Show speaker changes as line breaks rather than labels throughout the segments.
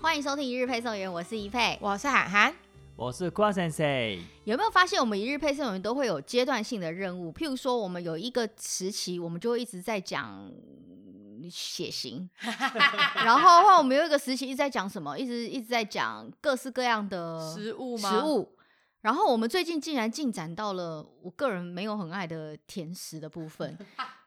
欢迎收听一日配送员，我是一佩。
我是涵涵，
我是 Qua Sensei，有
有没有发现我们一日配送员都会有阶段性的任务？譬如说，我们有一个时期，我们就会一直在讲嗯血 型，然后后来我们有一个时期一直在讲什么，一直一直在讲各式各样的
食物吗？
食，物。然后我们最近竟然进展到了我个人没有很爱的甜食的部 分，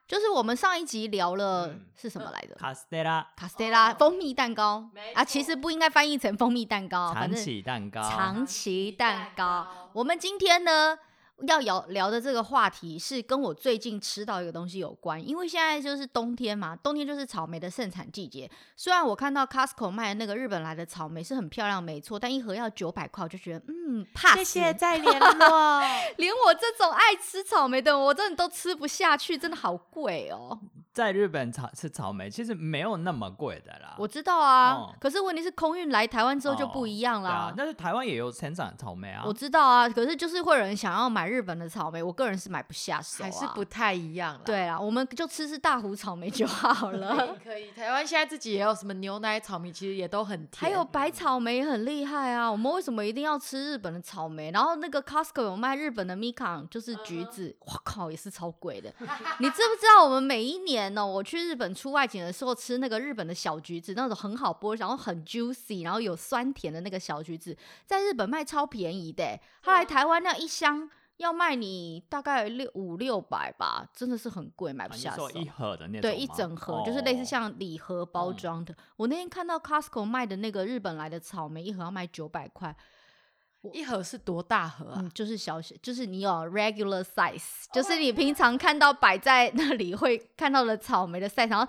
就是我们上一集聊了
嗯
是什么来着？
卡斯特拉
卡斯特拉
哦
蜂蜜蛋糕
没
啊，其
错
实不应该翻译成蜂蜜蛋糕，哦反
长
正
崎蛋糕，
长崎蛋糕
长崎蛋糕。
我们今天呢要聊聊的这个话题是跟我最近吃到一个东西有关，因为现在就是冬天嘛，冬天就是草莓的盛产季节。虽然我看到 Costco 卖的那个日本来的草莓是很漂亮，没错，但一盒要九百块，我就觉得嗯怕
谢谢，再联 络。
连我这种爱吃草莓的人，我真的都吃不下去，真的好贵哦。
在日本草吃草莓其实没有那么贵的啦。
我知道啊，
哦
可是问题是空运来台湾之后就不一样
对
啦。
啊，但是台湾也有生长草莓啊。
我知道啊，可是就是会有人想要买日本的草莓，我个人是买不下手、啊，
还是不太一样啦。
对啊，我们就吃吃大湖草莓就好
可以，
哎
了。
可以。台湾现在自己也有什么牛奶草莓，其实也都很
还
甜。
有白草莓也很厉害啊！我们为什么一定要吃日本的草莓？然后那个 Costco 有卖日本的 Mikan，就是橘
嗯
子，我、靠，也是超贵的。你知不知道我们每一年呢、我去日本出外景的时候吃那个日本的小橘子，那种很好剥，然后很 juicy，然后有酸甜的那个小橘子，在日本卖超便宜的、欸。后来
啊
台湾那一箱要卖你大概六五六百吧，真的是很贵，买
啊
不
你
下手
说。一盒的那种
对，
吗，
一整盒、就是类似
哦
像礼盒包
嗯
装的。我那天看到 Costco 卖的那个日本来的草莓，一盒要卖九百块，
一盒是多大盒啊
嗯，？就是小，就是你有 regular size，就是
哦
你平常看到摆在那里会看到的草莓的 size，然后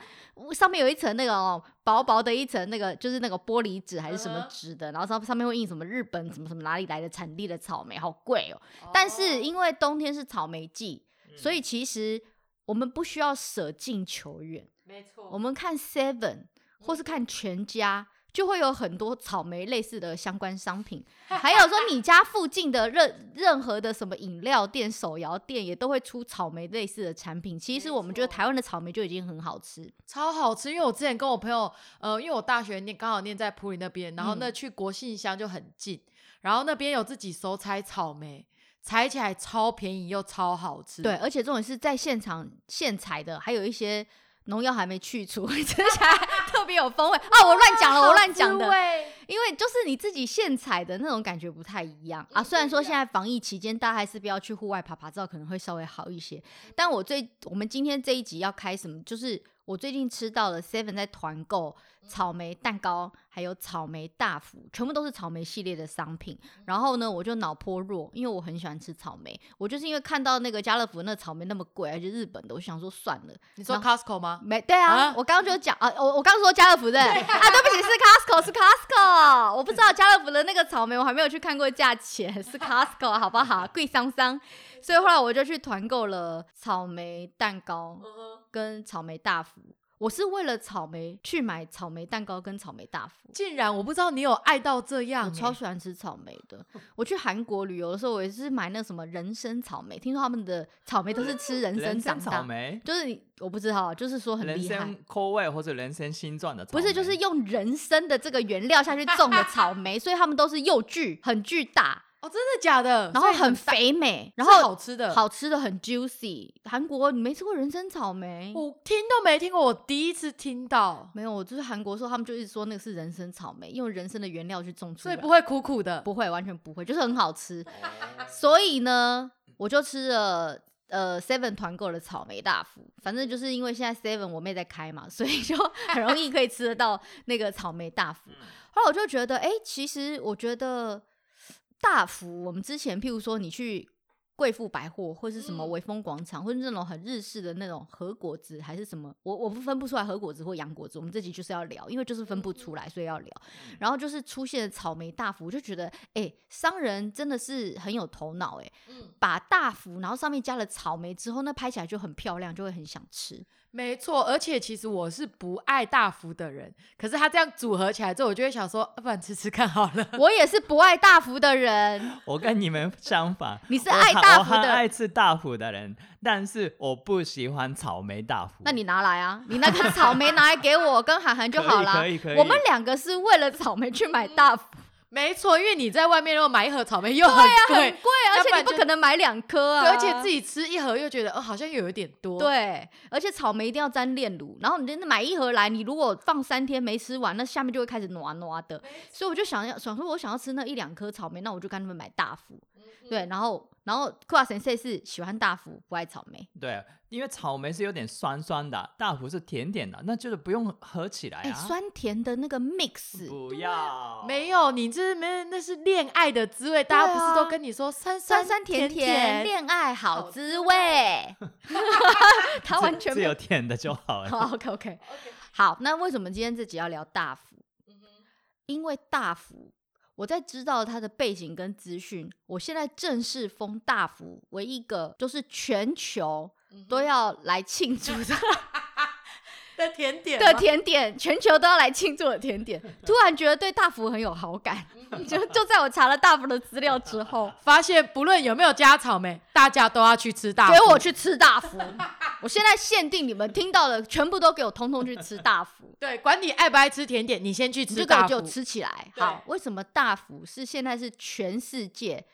上面有一层那个哦，薄薄的一层那个，就是那个玻璃纸还是什么
嗯哼
纸的，然后上上面会印什么日本什么什么哪里来的产地的草莓，好贵哦。但是因为冬天是草莓季，
嗯
所以其实我们不需要舍近求远。
没错
我们看 Seven 或是
嗯
看全家，就会有很多草莓类似的相关商 品，还有说你家附近的任任何的什么饮料店、手摇店也都会出草莓类似的产品。其实
没
我们觉得
错
台湾的草莓就已经很好吃，
超好吃，因为我之前跟我朋友，呃，因为我大学念刚好念在普里那边，
嗯
然后那去国信乡就很近，然后那边有自己手采草莓，采起来超便宜又超好吃。
对，，而且重点是在现场现采的，还有一些农药还没去除， 吃起来特别有风味。啊，我乱讲了，我乱讲的。因为就是你自己现采的那种感觉不太一样啊。
嗯
虽然
不
说
一
现在防疫期间，大家还是不要去户外爬爬照，可能会稍微好一些。但我最我们今天这一集要开什么？就是我最近吃到了 Seven 在团购草莓蛋糕，还有草莓大福，全部都是草莓系列的商品。然后呢，我就脑波弱，因为我很喜欢吃草莓。我就是因为看到那个家乐福那草莓那么贵，而且日本的，我想说算了，
你说
然
Costco 吗？
没对啊，
啊
我刚刚就讲啊，我我刚刚说家乐福的啊对不起是 Costco 是 Costco，我不知道家乐福的那个草莓我还没有去看过价钱， 是 Costco 好不 好？贵桑桑，所以后来我就去团购了草莓蛋糕
嗯
跟草莓大福。我是为了草莓去买草莓蛋糕跟草莓大福，
竟然我不知道你有爱到这样、
我超
欸，
喜欢吃草莓 的。我去韩国旅游的时候，我也是买那什么人参草莓，听说他们的草莓都是吃人参
人
长
参
大
草，莓，
就是你我不知道，就是说很
人
厉害。
参口味或者人参新状的草
不
莓，
是，就是用人参的这个原料下去种的草莓， 所以它们都是又巨很巨大，
哦，真的假的？
然后
所以
很肥美，然
是
后
好吃的，
好吃的很 juicy。韩国你没吃过人参草莓？
我听都没听过，我第一次听到，
没有，我就是韩国说他们就一直说那个是人参草莓，用人参的原料去种出
所
来，
以不会苦苦的。
不会完全不会，就是很好吃。所以呢，我就吃了。呃，Seven 团购的草莓大福，反正就是因为现在 Seven 我妹在开嘛，所以就 很容易可以吃得到那个草莓大福。后来我就觉得，哎、其实我觉得大福，我们之前譬如说你去贵妇百货，或是什么
嗯
微风广场，或是那种很日式的那种和果子，还是什么，我我不分不出来和果子或洋果子，我们这集就是要聊，因为就是分不出来，所以要聊。然后就是出现了草莓大福，我就觉得，哎、商人真的是很有头脑、哎，
嗯，
把大福，然后上面加了草莓之后，那拍起来就很漂亮，就会很想吃。
没错，而且其实我是不爱大福的人，可是它这样组合起来之后，我就会想说，啊不然吃吃看好了。
我也是不爱大福的人，
我跟你们相反，
你是
我
爱
很
大
我
福
很
的
爱吃大福的人，但是我不喜欢草莓大福。
那你拿来啊，你那个草莓拿来给我跟韩寒就好啦。
可以可以可以
我们两个是为了草莓去买大福，
嗯
哎
没错，因为你在外面如果买一盒草莓又很贵，
啊很贵，而
要不
且
然
你不
就
可能买两颗啊，
对而且自己吃一盒又觉得，哦，好像又有一点多。，
对，而且草莓一定要沾炼乳，然后你真的买一盒来，你如果放三天没吃完，那下面就会开始暖暖的。所以我就想要想说，我想要吃那一两颗草莓，那我就跟他们买大福。对，然后然后库瓦神社是喜欢大福，不爱草莓。
对，因为草莓是有点酸酸的，大福是甜甜的，那就是不用合起来
哎、
啊。
酸甜的那个 mix，
不
啊
要，
哦没有，你这没那是恋爱的滋味，大家不是都跟你说酸
啊酸
酸
酸甜
甜
甜，恋爱好
好
滋味。 他
只
完全
只
没
有甜的就好了。
好，OK OK，好，那为什么今天这集要聊大福？
嗯
因为大福，我在知道它的背景跟资讯，我现在正式封大福为一个就是全球
嗯
都要来庆祝的
的甜点
的
吗
甜点，全球都要来庆祝的甜 点。突然觉得对大福很有好感，
嗯
就就在我查了大福的资料之后，
发现不论有没有加草莓，大家都要去吃 大福。
给我去吃大 福。我现在限定你们听到的全部都给我通通去吃大福。
对，管你爱不爱吃甜点，你先去
你就
吃
给我
大
就
福。
吃起来。
对
好，为什么大福是现在是全世界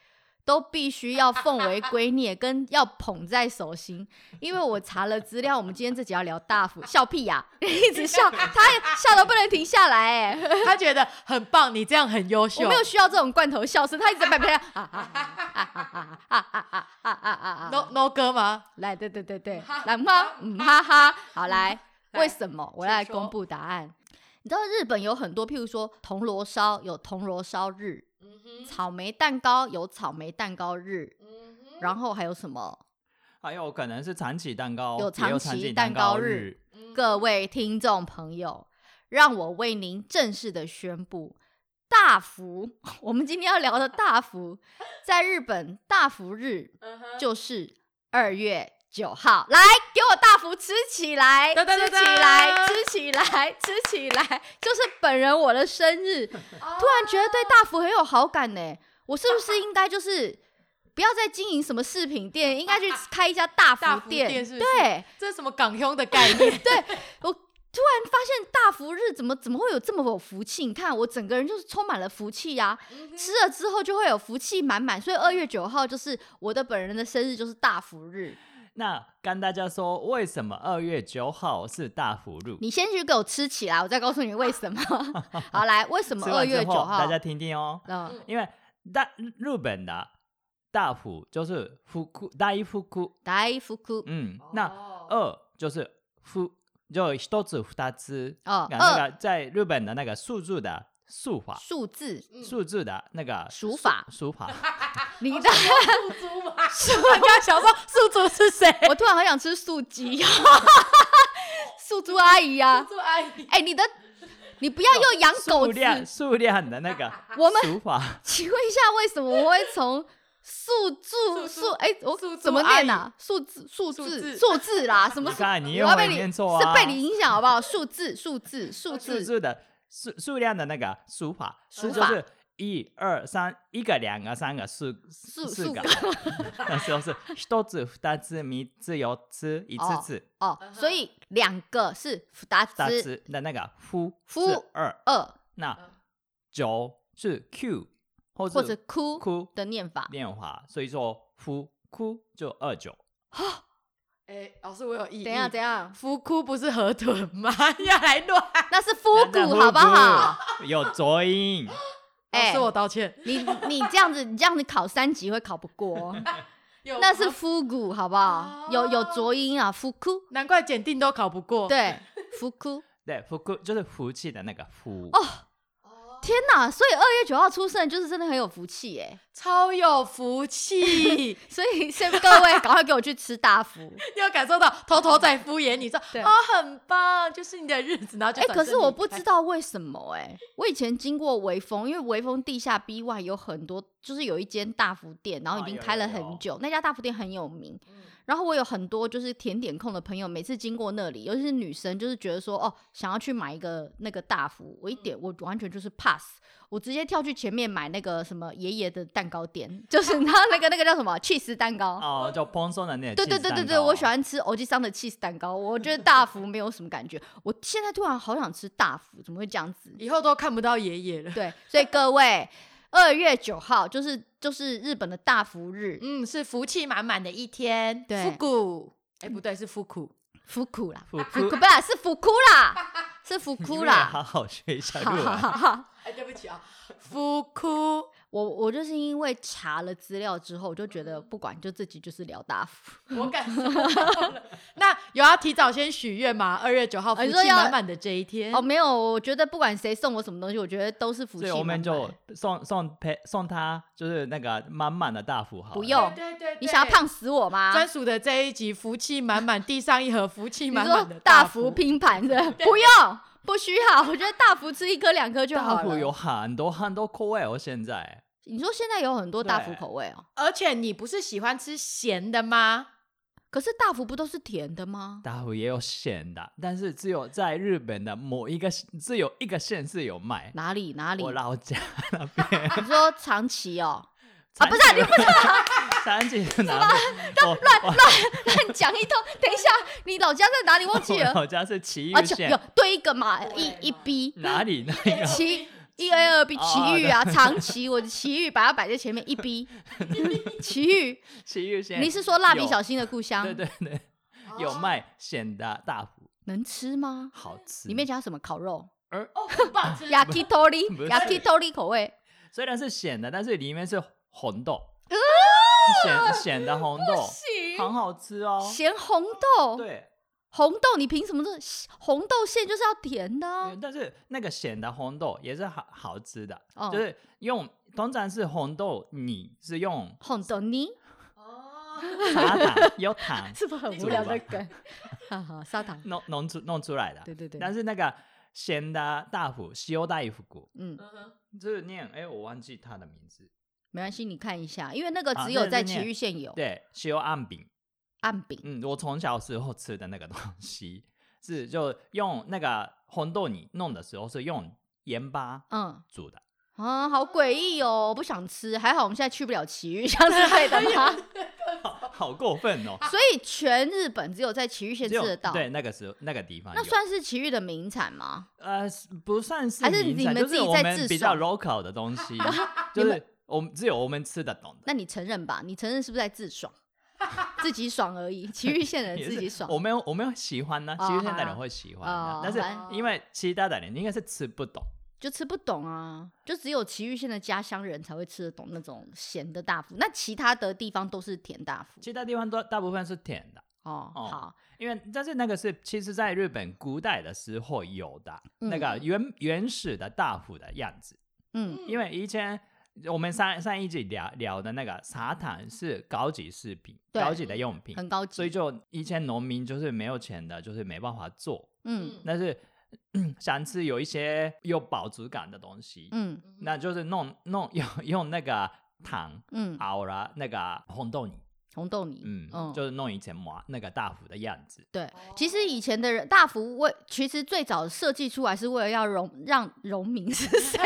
都必须要奉 为圭臬，跟要捧在手心？因为我查了资料，我们今天这集要聊大福，笑屁呀、 一直笑，他笑都不能停下 来、哎，
他觉得很棒，你这样很优
我
秀
没。有需要这种罐头笑声，他一直在摆 拍啊啊啊啊啊啊啊啊啊啊啊
No No 哥吗？
来，对对对对，来吗？嗯哈哈，好来，
来
为什么？我
请
来
说
公布答案。你知道日本有很多，譬如说铜锣烧有铜锣烧日，
嗯
草莓蛋糕有草莓蛋糕日，然后还有什么？
还有可能是长崎蛋糕，
有
也
长
有
崎
崎
蛋糕
糕
日。
嗯
各位听众朋友，让我为您正式的宣布，大福， 我们今天要聊的大福，在日本大福日
嗯
就是二月九号，来给我大福吃起来，
哒哒哒
吃
哒
起来，吃起来，吃起来， 就是本人我的生 日，突然觉得对大福很有好感呢，我是不是应该就是？不要再经营什么饰品店，应该 去开一家大
大
福
福
店。
店是不是
对，
这是什么港兄的概 念？
对我突然发现大福日怎么怎么会有这么有福气？你看我整个人就是充满了福气呀、
嗯
吃了之后就会有福气满满。所以二月九号就是我的本人的生日，就是大福日。
那跟大家说，为什么二月九号是大福日？
你先去给我吃起来，我再告诉你为什 么。好，来，为什么
吃
二
完之
月九
后
号
大？家听听哦。
嗯，
因为大日本的大福就是福库大一福库，
大福哭
嗯，那
哦
二就是福，就一つ二つ，
哦，
那那
二
个在日本的那个数字的数法，
数 字
数字的那个
数法
数法，
你的。
素猪吗？我刚想说素猪是谁？
我突然很想吃素鸡， 素猪阿姨呀、
素猪阿姨。
哎、你的，你不要又养
数
啊狗吃。
量数量的那个
我们
数法，
请问一下，为什么我会从数字
数
数
字
哎、我
数字
怎么念啊？数字数字
字
数字 啦，什么
你
数？
看你
我
又
要被
会
你
念错啊，
是被你影响好不好？数字数字数
数
字，
字的数数量的那个数法，
数
数
法
就是一二三，一个、两个、三个、四
数
四
数
个
个，
那时候是一つ、二つ、三つ、四つ、一
哦
次次、
哦，所以两个是福达
三
兹
つ的那个夫
夫
是二，
二
那九是 Q 或
或者
是
哭
哭
的念法，
变化，所以说夫哭就二九。
哎，老师，我有异议。
怎样怎样？
福哭不是河豚吗？ 要来乱。
那是复古好不好？？
有浊音，
老
哎
师，我道歉。
你你这样子，你这样子考三级会考不 过，哦
有
那
吗
是复古好不好？有有浊音啊，复古
难怪检定都考不过。，
对复古。
对，福哭就是福气的那个福。
哦天哪！所以二月九号出生的就是真的很有福气耶。
超有福气。
所 以先各位赶快给我去吃大福。
你有感受到偷偷在敷衍你说
对
哦很棒，就是你的日子，然后就
哎、
转身
可是我不
离开
知道为什么哎、我以前经过微风，因为微风地下 B Y 有很多就是有一间大福店，然后
哦
已
啊
经
有
开了
有有
很久，那家大福店很有名。
嗯
然后我有很多就是甜点控的朋友，每次经过那里，尤其是女生，就是觉得说哦，想要去买一个那个大福，我一
嗯
点我完全就是 pass，我直接跳去前面买那个什么爷爷的蛋糕店，就是 他那个那个叫什么 cheese 蛋糕。
哦，叫 p o n s o 的那个
对对
cheese
对对
蛋
对，
糕啊
我喜欢吃欧吉桑的 cheese 蛋糕，我觉得大福没有什么感觉。我现在突然好想吃大福，怎么会这样 子？
以后都看不到爷爷了。
对，所以各位，二月九号就是就是日本的大福日，
嗯，是福气满满的一天。
对
复古，哎，不对，是复古。
福库啦，
福
福
库
库不啦，是福库 啦，是福
你
库
们也
啦。
好好学一下
哈
日
哈
文。
哈哈！
哎，对不起啊，复古。
我我就是因为查了资料之后，我就觉得不管就自己就是聊大 福，
我感受到了。 那有要提早先许愿吗？二月九号福
啊你
气
说要
满满的这一天
哦，，没有，我觉得不管谁送我什么东西，我觉得都是福
所
气
以我
满
们就
满。
送送陪送他，就是那个满满的大福好了。
不用
对对对，
你想要胖死我吗？
专属的这一集福气满满，地上一盒福气
你
满
说
满的
大
福
福拼盘的，不用，不需要。我觉得大福吃一颗两颗就
大
好
福有
了。
很多很多口味哦，现在
你说现在有很多大福
对
口味哦，
而且你不是喜欢吃咸的吗？
可是大福不都是甜的吗？
大福也有咸的，但是只有在日本的某一个只有一个县市有卖。
哪里哪里？
我
你
老家
说长崎 哦，
啊，不是你不知道 三井的南部，我
啊乱讲一通。等一下，你老家在哪里？忘记
我
了。
老家是埼
而
玉
且
县
有，对一个嘛，一
对
一
嘛
B
哪里 那 个？
奇一 A 二 B
哦
奇遇啊，长崎，我的奇遇把它摆在前面一 B 奇遇。
埼玉县，
你是说蜡笔
有
小新的故乡？
对对对，有
哦
卖咸的大福，
能吃吗？
好吃。
里面加什么烤肉
哦，很 棒，吃
？yakitori
不是
yakitori 口味。
虽然是咸的，但是里面是红豆，
啊
咸咸的红豆，很好吃哦。
咸红豆，
对，
红豆你凭什么这红豆馅就是要甜的啊、
嗯但是那个咸的红豆也是好好吃的，
哦
就是用通常是红豆泥是 用
红豆泥
哦，
砂糖有糖
是不是很
你
无
懂
聊
吧
的 梗？哈哈，砂糖，
弄弄出弄出来的，
对对对
但是那个咸的大福塩大福，
嗯，
就是念哎、我忘记它的名字，
没关系，你看一下，因为那个
啊
只有
那个
在
是
奇
面
遇县有
对塩暗饼。
暗饼，
嗯，我从小时候吃的那个东西 是就用那个红豆泥弄的时候是用盐巴
嗯。
煮的，
啊，好诡异哦！我不想吃，还好我们现在去不了奇遇乡之类的 吗？
好好过分哦！
所以全日本只有在奇遇县
只
啊吃
有
得到，
对那个时候那个地方有，
那算是奇遇的名产吗？
呃是不算是
还是
名
你
产
们
就
自
是
己
我
在
们
自
比较
爽
local 的东 西，就是我们只有我们吃得懂的，
那你承认吧？你承认是不是在自爽？ 自己爽而已，奇遇县人
也
自
是
己爽
我。们我们喜欢呢，
哦
其实现
好
代
啦
人会喜欢的
哦，
但
反
是因为其他的人应该是吃不懂，
就吃不懂啊，就只有奇遇县的家乡人才会吃得懂那种咸的大福，那其他的地方都是甜大福
其他地方都大部分是甜的。
哦。
哦
好，
因为但是那个是，其实在日本古代的时候有的、那个原原始的大福的样子。
嗯，
因为以前我们上上一集聊聊的那个砂糖是高级饰品，
对
高级的用品，
很高
所以
级，
就以前农民就是没有钱的，就是没办法做，
嗯
但是嗯想吃有一些有饱足感的东西，
嗯
那就是弄弄 用用那个糖
嗯，
熬了那个红豆泥，
红豆泥，
嗯，就是弄以前磨那个大福的样子。
对，其实以前的人大福为其实最早设计出来是为了要容让农民是谁？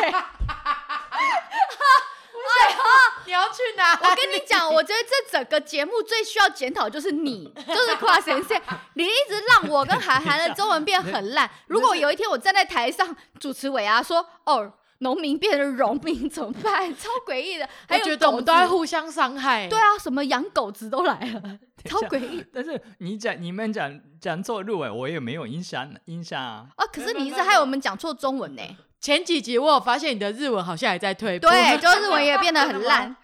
你要去哪里？
我跟你讲，我觉得这整个节目最需要检讨就是 你，就是夸神仙，你一直让我跟韩寒的中文变很 烂。如果有一天我站在台上主持尾牙说哦。农民变成农民怎么办？ 超诡异的，还
我
有
觉得我
狗
们
子
都在互相伤害。
对，啊，什么养狗子都来 了，超诡异
但是你讲你们讲讲错日文，我也没有印象印象啊。
啊！可是你一直害我们讲错中文呢、
前几集我有发现你的日文好像也在退步。
对，就日文也变得很烂。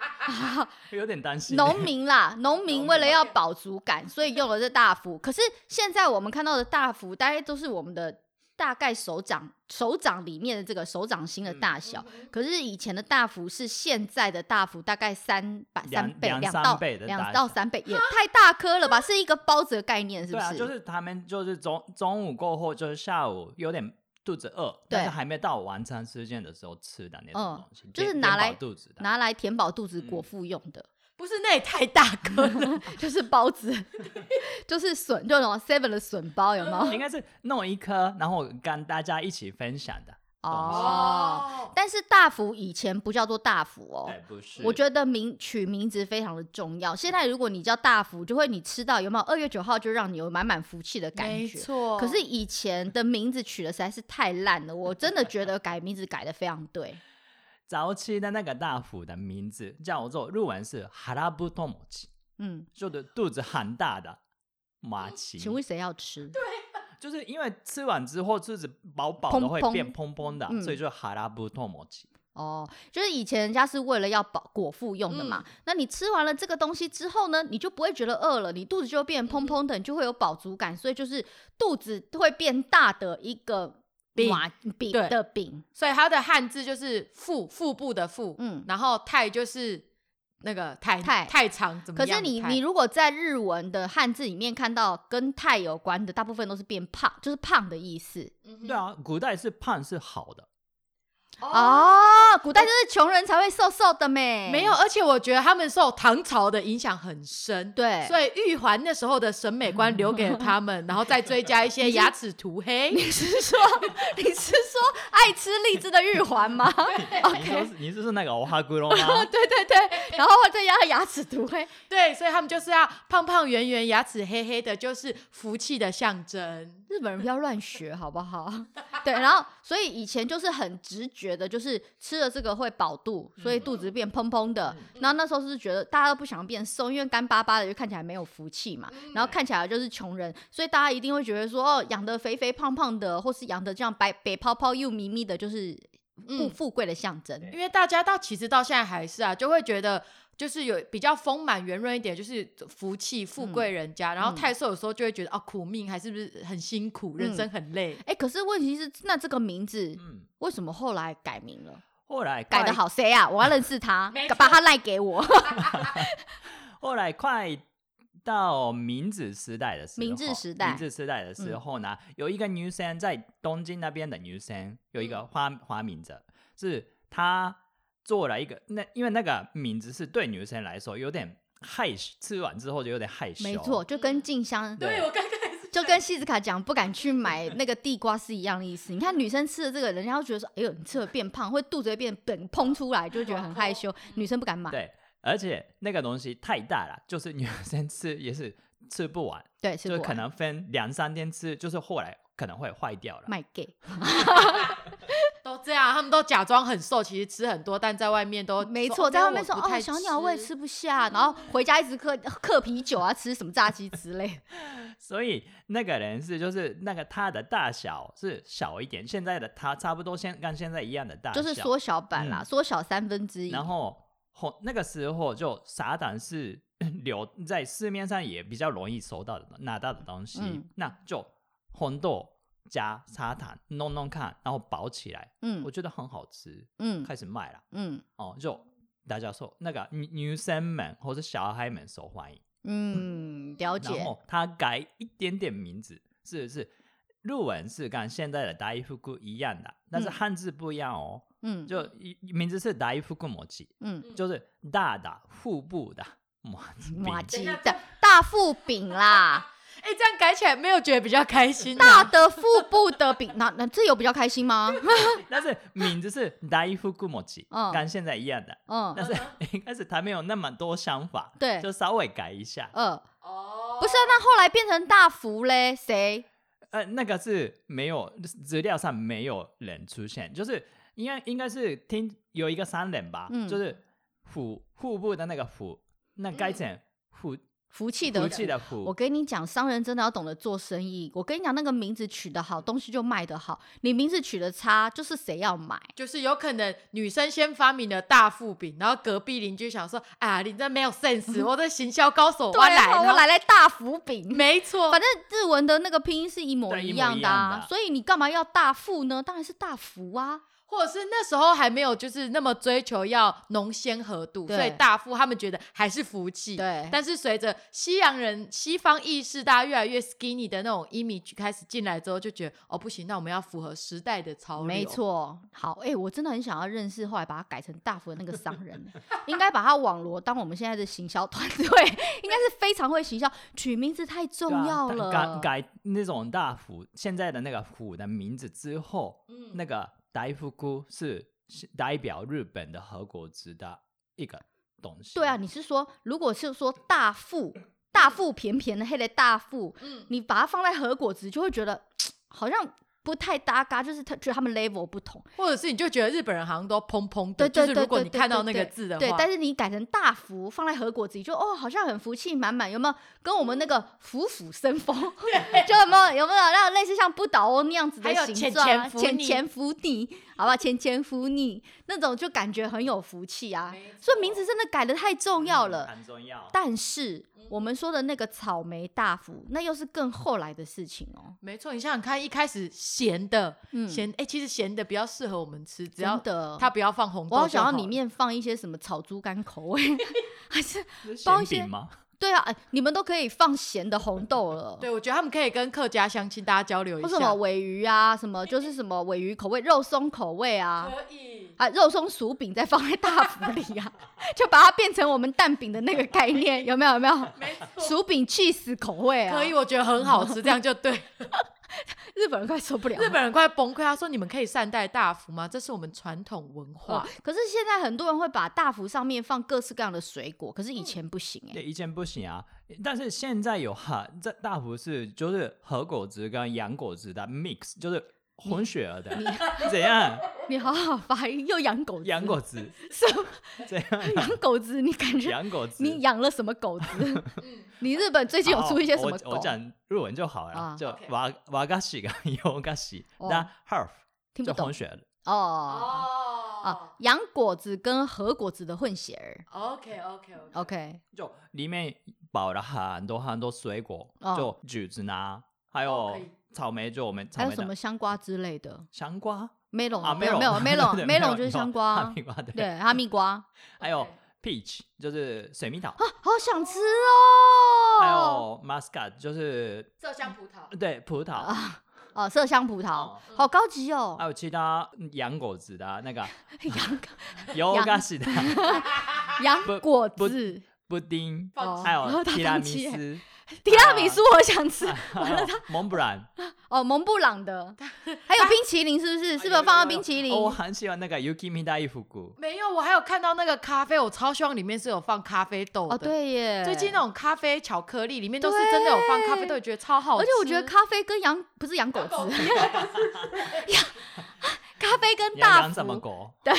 有点担心。欸
农民 啦，农民
民
为了要饱足感，所以用了这大福。可是现在我们看到的大福，大概都是我们的大概手掌手掌里面的这个手掌心的大
嗯
小。可是以前的大福是现在的大福大概三百
两
三倍，
两
两
三
到
倍的大
两
小
到三倍，也太大颗了吧？是一个包子的概念，是
对
不
啊，
是？
就是他们就是中中午过后，就是下午有点肚子饿，但是
对
还没到晚餐时间的时候吃的那
嗯
种东西，
就是
填
拿
填饱
来
肚子的。
拿来填饱肚子果
嗯
腹用的，
不是那也太大 个了，
就是包子，就是笋，就那种 seven 的笋包，有吗？
应该是弄一颗，然后跟大家一起分享的。
哦，，但是大福以前不叫做大福哦，
哎，不是，
我觉得名取名字非常的重要。现在如果你叫大福，就会你吃到有没有二月九号就让你有满满福气的感
没
觉。
错。
可是以前的名字取的实在是太烂了，我真的觉得改名字改的非常对。
早期的那个大福的名字叫做日文是哈拉布多摩奇，
嗯，
就是肚子很大的麻奇。
请问谁要吃？
就是因为吃完之后肚子饱饱
砰
的会
砰
变蓬蓬的，啊
嗯
所以就哈拉布多摩奇。
哦，就是以前人家是为了要饱果腹用的嘛。
嗯
那你吃完了这个东西之后呢，你就不会觉得饿了，你肚子就会变蓬蓬的，你就会有饱足感，所以就是肚子会变大的一个
饼
麻饼
对
的饼。
所以它的汉字就是腹腹部的腹，
嗯
然后太就是那个太
太
太长怎么
可
样的
是
太？
你你如果在日文的汉字里面看到跟太有关的，大部分都是变胖，就是胖的意思。
你
对啊，古代是胖是好的，
哦。
哦，古代就是穷人才会瘦瘦的咩？
没有，，而且我觉得他们受唐朝的影响很深，
对
所以玉环那时候的审美观留给了 他们，然后再追加一些牙齿涂黑，
是说 你是说爱吃荔枝的玉环吗
你说
？OK，
是你是说那个我哈咕噜吗？
对对对，然后再加上牙齿涂黑，
对，所以他们就是要胖胖圆圆、牙齿黑黑的，就是福气的象征。
日本人不要乱学好不好？ 对，然后所以以前就是很直觉的，就是吃了这个会饱肚，所以肚子
嗯
变蓬蓬的。然后那时候是觉得大家都不想变瘦，因为干巴巴的就看起来没有福气嘛，
嗯
然后看起来就是穷人，所以大家一定会觉得说，哦，养的肥肥胖胖的，或是养的这样白白泡泡又咪咪的，就是富
嗯
富贵的象征。
因为大家到其实到现在还是啊，就会觉得就是有比较丰满圆润一点，就是福气富贵人
嗯
家。然后太瘦有时候就会觉得啊，苦命还是不是很辛
嗯
苦，人生很累。
哎、可是问题是，那这个名字
嗯，
为什么后来改名了？
后来
改
快
的，好谁啊？我要认识他
没，
把
错
他赖给我。
后来快到明治时代的时候，
明治时代嗯
明治时代的时候呢，有一个女生在东京那边的女生，有一
嗯
个花花名字，是她做了一个那，因为那个名字是对女生来说有点害羞，吃完之后就有点害羞，
没错，，就
嗯
跟静香
对
我刚刚也是
就跟西子卡讲不敢去买那个地瓜是一样的意思。你看女生吃了这个，人家会觉得说，哎呦，你吃了变胖，会肚子会变本膨出来，就会觉得很害
哦
羞，女生不敢买。
对，而且那个东西太大了，就是女生吃也是吃不完，
对，是
就
不
可
玩
能分两三天吃，就是后来可能会坏掉了。
卖 gay，
都这样，他们都假装很瘦，其实吃很多，但在外面都
没
说
错，在
因为
外面
我
说
不
哦，
太
小鸟胃
吃
吃不下，然后回哦家一直嗑嗑啤酒啊，吃什么炸鸡之类。
所以那个人是就是那个他的大小是小一点，现在的他差不多现跟现在一样的大小，
就是缩小版啦，
嗯
缩小三分之一。
然后后那个时候就撒旦是 流在市面上也比较容易收到的拿到的东西，
嗯
那就红豆加砂糖弄弄看，然后包起来，
嗯
我觉得很好吃，
嗯
开始卖了。
嗯
哦，就大家说那个啊女女生们或者小孩们受欢迎，
嗯，了
然
解。
后他改一点点名字，是不是？日文是跟现在的大衣服裤一样的，但是
嗯
汉字不一样哦，
嗯
就一名字是大衣服裤摩吉，
嗯，
就是大的腹部的摩
马
吉，
吉的大腹饼啦。
哎、这样改起来没有觉得比较 开心、
大
啊？
的腹部的饼，那那这有比较开心吗？
但是名字是大衣服裤摩吉
嗯，
跟现在一样的，
嗯，
但是 应该是他没有那么多想法，
对
就稍微改一下。
呃，
哦
不是啊，那后来变成大福嘞？谁？
呃，那个是没有资料上没有人出现，就是应该应该是听有一个商人吧，
嗯
就是虎户部的那个虎，那改成虎
福气的
福气的虎。
我跟你讲，商人真的要懂得做生意。我跟你讲，那个名字取得好，东西就卖得好；你名字取得差，就是谁要买。
就是有可能女生先发明了大腹饼，然后隔壁邻居想说啊，你这没 有 sense，我的行销高手我来
对啊
了，
我来来大福饼，
没错，
反正日文的那个拼音是一模
对一模
样的啊，
一样的
所以你干嘛要大富呢？当然是大福啊。
或者是那时候还没有就是那么追求要浓鲜合度，
对
所以大富他们觉得还是福气。
对
但是随着西洋人、西方意识大家越来越 skinny 的那种 image 开始进来之后，就觉得哦不行，那我们要符合时代的潮流。
没，错，好，哎、我真的很想要认识，后来把它改成大福的那个商人，应该把它网罗当我们现在的行销团队， 应该是非常会行销，取名字太重
对啊
要
但
了。
改改那种大福现在的那个福的名字之后，
嗯，
那个大福菇是是代表日本的和果子的一个东西。
对啊，你是说如果是说大富大富便便的黑的大富，
嗯
你把它放在核果子，就会觉得好像不太搭嘎，就是他觉得他们 level 不同。
或者是你就觉得日本人好像都砰砰
对
的，
对
就是
对
如果
对
你
对
看到
对
那个
对
字的
对，
话，
但是你改成大福放在核果子，你就哦，好像很福气满满，有没有？跟我们那个福福生风， 就有没有有没有让类似像不倒翁那样子的
还有
形
浅
状啊？
浅福
浅
你
浅福你，好吧，浅浅福你那种就感觉很有福气啊。所以名字真的改的太重要了。
嗯
很重要。
但是我们说的那个草莓大福，那又是更后来的事情哦。
没错，你想想看，一开始咸的，
嗯
咸哎、其实咸的比较适合我们吃，只要
真的，
它不要放红豆
我
就好
好想
了，
要里面放一些什么炒猪肝口味， 还是
是
包一
馅
些
饼吗？
对啊，哎你们都可以放咸的红豆了。
对，我觉得他们可以跟客家相亲，大家交流一
或
下。
什么尾鱼啊，什 么就是什么尾鱼口味、肉松口味啊，
可以？
啊肉松薯饼再放在大福里啊， 就把它变成我们蛋饼的那个概 念，有没有？有没有？
没错，
薯饼 cheese 口味啊，
可以，我觉得很好吃，这样 就对。
日本人快受不了了。
日本人快崩溃，他说：“你们可以善待大福吗？这是我们传统文化
哦。可是现在很多人会把大福上面放各式各样的水果，可是以前不行哎、
嗯
对，以前不行啊，但是现在有哈， 这大福是就是和果子跟洋果子的 mix，就是混血儿的， 怎样？
你好好发音，又养狗子，
洋果子
什么
怎样啊？
养狗子？你感 觉
洋果子，
你养了什么狗子？
嗯
你日本最近有
好
出一些什么
哦我我
狗？
讲日文就好
啊
了，就
OK
瓦瓦嘎西跟 尤嘎西，
哦
那 half
听不
就
懂
混血儿的，
哦啊
哦，
养果子跟和果子的混血儿。
，OK OK OK，
OK，
就里面包了很多很多水果，
哦
就橘子呢，还
哦
有
可以
草莓，就我们草
还有
莓
什么
的
香瓜之类的
香瓜
？melon
啊，
没
有
没有 melon
对
melon 就是
有
香瓜
哈
啊
密，瓜对。
对哈密瓜 啊，
还有
OK
peach 就是水蜜桃，
好想吃
还
哦。
有 muscat 就是
麝香葡萄
对葡萄，
哦，麝香葡萄
哦，啊
好高级哦
还。有其他洋果子的啊 那个
养
有嘎西的
养
不
果
不
子。
布丁，
哦
还
然后
有
他
提拉
放
米
弃
斯，
提
啊
拉米苏我想吃
还有 蒙布朗，
哦，蒙布朗 的，还有冰淇淋是不是？是不是放到冰淇淋
哦？我很喜欢那个 Yuki m i d a i f u g u
没有，我还有看到那个咖啡，我超希望里面是有放咖啡豆的。
哦，对耶，
最近那种咖啡巧克力里面都是真的有放咖啡豆，觉得超好吃。
而且我觉得咖啡跟羊不是养狗子， 咖啡跟
你要
大
养什么
福，
狗？
对，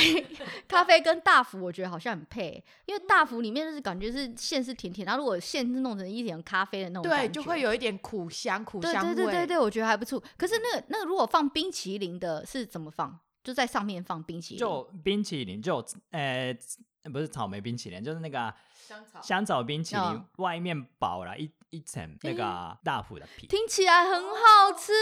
咖啡跟大福我觉得好像很配，因为大福里面就是感觉是馅是甜甜，然后如果馅是弄成一点咖啡的那种感
对，
觉，
就会有一点苦香苦
对
香
对
味。
对对对，我觉得还不错。可是那个那个如果放冰淇淋的是怎么放？就在上面放冰淇淋，
就冰淇淋，就呃不是草莓冰淇淋，就是那
哦
个
香草
香草冰淇淋
嗯，
外面包了一一层那个大福的皮。
听起来很好吃。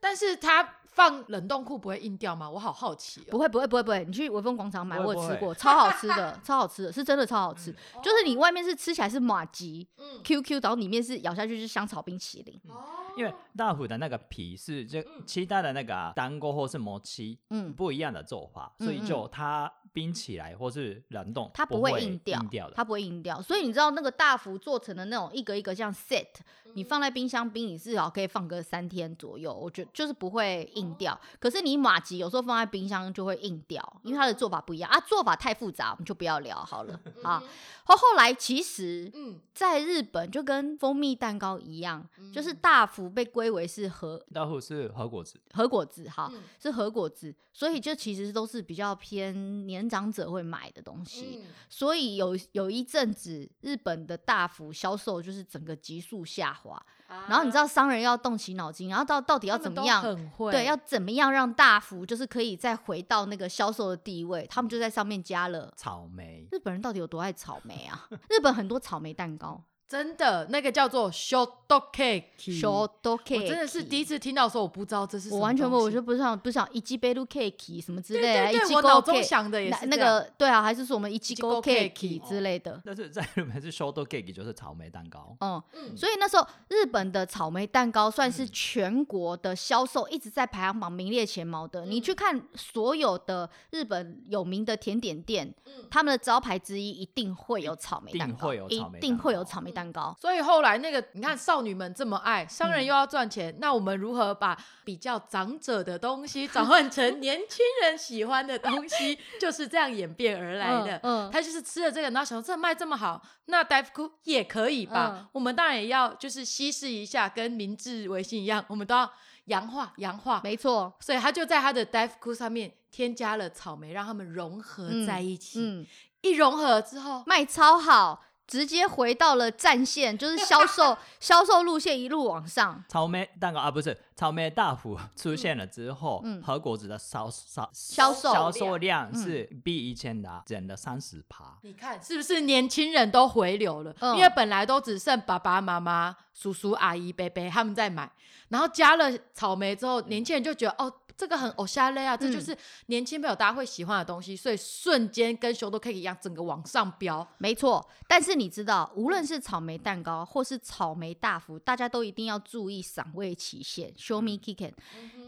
但是它放冷冻库不会硬掉吗？我好好奇哦。
不会不会不会不会，你去微风广场买，
不
我
会
有
不
吃
会嗯
过，超好吃的，超好吃的，是真的超好吃。就是你外面是吃起来是马吉
嗯，
QQ，然后里面是咬下去是香草冰淇淋，
哦
因为大虎的那个皮是就
嗯
其他的那个单锅或是磨漆
嗯，
不一样的做法，
嗯
所以就它冰起来或是冷冻，
它
不
会
硬
掉，
的。
它不会硬掉。所以你知道那个大福做成的那种一个一个像 set，你
嗯
嗯
放在冰箱冰，你至少可以放个三天左右，我觉得就是不会
哦
硬掉。可是你马吉有时候放在冰箱就会硬掉，因为
嗯
它的做法不一样啊，做法太复杂，我们就不要聊好 了啊。
嗯
后后来其实
嗯，
在日本就跟蜂蜜蛋糕一样，就是
嗯
大福被归为是和
大虎是和果子，
和果子哈，
嗯
是和果子，所以就其实都是比较偏年长者会买的东西。
嗯
所以有有一阵子，日本的大福销售就是整个急速下滑，
啊
然后你知道商人要动起脑筋，然后到到底要
他
怎
们
么
都
样？
很会
对，要怎么样让大福就是可以再回到那个销售的地位？他们就在上面加了。
草莓
日本人到底有多爱草莓啊？日本很多草莓蛋糕，
真的，那个叫做 short dog cake。
小都 cake，
我真的是第一次听到，说我不知道这是什么
我完全不，
东西
我就不想不想一季杯露 cake 什么之
对
类的，
对
一
对，
季
哎我
勾
脑中
cake，
想的也
那
是
那
这样
个对啊，还是说我们一季勾
Ichigo
cake
cake
之类的，
但是在日本 是 short cake 就是草莓蛋糕，
嗯。
嗯
所以那时候，日本的草莓蛋糕算是全国的销售一直在排行榜名列前茅的。你
嗯
去看所有的日本有名的甜点店，
嗯
他们的招牌之一一定会有草莓蛋糕，
一定会有草
一定会有草
莓蛋糕
嗯
莓蛋糕。
所以后来那个，你
嗯
看少女们这么爱，商人又要赚钱，那我们如何把比较长者的东西转 换成年轻人喜欢的东西，就是这样演变而来的。
嗯，嗯
他就是吃了这个，然后想说这卖这么好，那大夫也可以吧？
嗯
我们当然也要就是稀释一下，跟明治维新一样，我们都要洋化洋化。
没错，
所以他就在他的 dive cool 上面添加了草莓，让他们融合
嗯
在一起。
嗯，
一融合之后，
卖超好，直接回到了战线，就是销售销售路线一路往上。
草莓蛋糕啊不是草莓大福出现了之后，
嗯
和果子的销销
销售
销售量是
嗯
比以前的啊减了三十趴，
你看是不是年轻人都回流了？
嗯
因为本来都只剩爸爸妈妈、叔叔阿姨、伯伯他们在买，然后加了草莓之后，年轻人就觉得哦，这个很偶像类啊，
嗯
这就是年轻朋友大家会喜欢的东西，所以瞬间跟熊都 cake 一样，整个往上飙。
没错，但是你知道，无论是草莓蛋糕或是草莓大福，大家都一定要注意赏味期限 （show
嗯
me kicken），、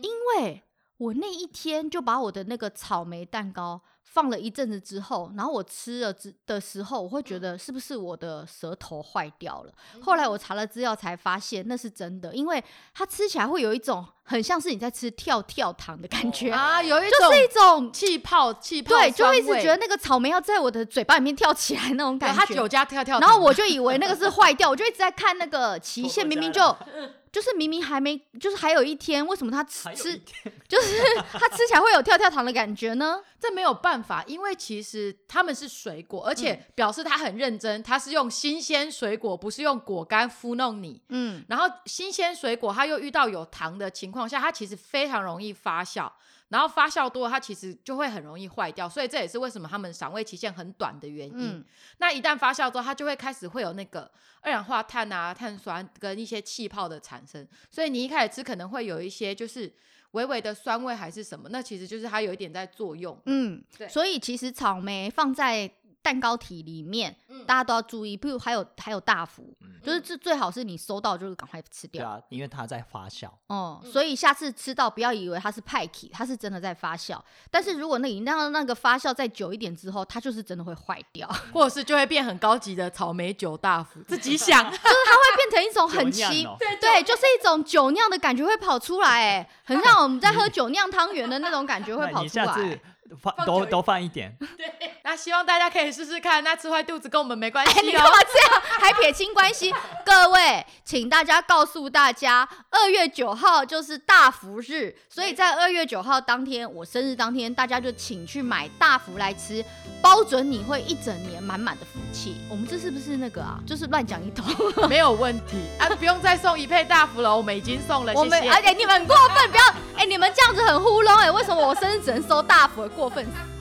因为我那一天就把我的那个草莓蛋糕放了一阵子之后，然后我吃了之的时候，我会
嗯
觉得是不是我的舌头坏掉了？后来我查了资料才发现那是真的，因为它吃起来会有一种很像是你在吃跳跳糖的感觉，
啊，有一
就是一
种
种。
气泡气泡
对，
酸味，
就一直觉得那个草莓要在我的嘴巴里面跳起来那种
对
感觉。
它酒加跳跳糖，
然后我就以为那个是坏掉，我就 一直在看那个期限，
错过
明明
家
就 就是明明还没，就是还有一天，为什么它吃
还有一
吃
天
就是它吃起来会有跳跳糖的感觉呢？
这没有办法，因为其实他们是水果，而且
嗯
表示他很认真，他是用新鲜水果，不是用果干糊弄你。
嗯，
然后新鲜水果，它又遇到有糖的情况下，它其实非常容易发酵，然后发酵多，了，它其实就会很容易坏掉，所以这也是为什么他们赏味期限很短的原因。
嗯
那一旦发酵之后，它就会开始会有那个二氧化碳啊、碳酸跟一些气泡的产生，所以你一开始吃可能会有一些就是微微的酸味还是什么，那其实就是它有一点在作用。
嗯，
对
所以其实草莓放在蛋糕体里面，
嗯
大家都要注意，譬如还有还有大福，
嗯
就是这最好是你收到就是赶快吃
对
掉。
啊，因为它在发酵，
哦、
嗯
所以下次吃到不要以为它是派克，它是真的在发
嗯
酵。但是如果那你让那个发酵再久一点之后，它就是真的会坏 掉。
或者是就会变很高级的草莓酒大福，自己想。
变成一种很
酒
奇，
酿哦
对对，就是一种酒酿的感觉会跑出来，哎，很像我们在喝酒酿汤圆的那种感觉会
那
跑
你
出
下次
来。
放
放久
多
一
多放一点，
那希望大家可以试试看，那吃坏肚子跟我们没关
你
系
干
哦。
嘛这样？ 还撇清关系？各位，请大家告诉大家，二月九号就是大福日，所以在二月九号当天，我生日当天，大家就请去买大福来吃，包准你会一整年满满的福气。我们这是不是那个啊？ 就是乱讲一通。
没有问题啊，不用再送一配大福了，我们已经送了，
我
谢
们
谢。
哎而且你们很过分，不要哎、你们这样子很糊弄哎、为什么我生日只能收大福？过分死了